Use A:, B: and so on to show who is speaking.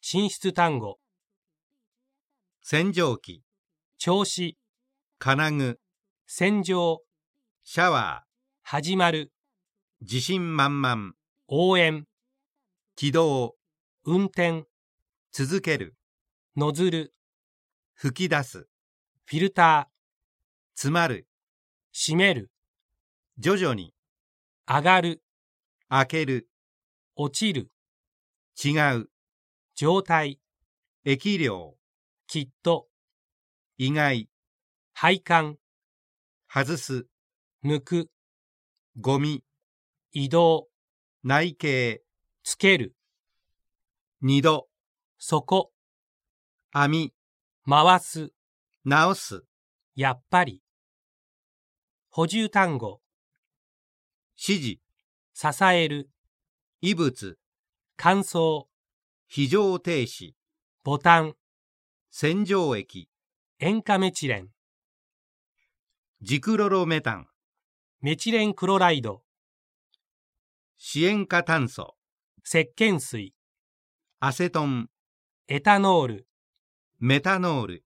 A: 進出単語、
B: 洗浄機、
A: 調子、
B: 金具、
A: 洗浄、
B: シャワ
A: 始まる、
B: ー、自信満々、
A: 応援、
B: 起動、
A: 運転、
B: 続ける、
A: ノズル、
B: 吹き出す、
A: フィルタ
B: 詰まる、
A: ー、閉める、
B: 徐々に、
A: 上がる、
B: 開ける、
A: 落ちる、
B: 違う、
A: 状態、
B: 液量、
A: きっと、
B: 意外、
A: 配管、
B: 外す、
A: 抜く、
B: ゴミ、
A: 移動、
B: 内径、
A: つける、
B: 二度、
A: そこ、
B: 網、
A: 回す、
B: 直す、
A: やっぱり。補充単語、
B: 指示、
A: 支える、
B: 異物、
A: 乾燥、
B: 非常停止、
A: ボタン、
B: 洗浄液、
A: 塩化メチレン、
B: ジクロロメタン、
A: メチレンクロライド、
B: 支援化炭素、
A: 石鹸水、
B: アセトン、
A: エタノール、
B: メタノール、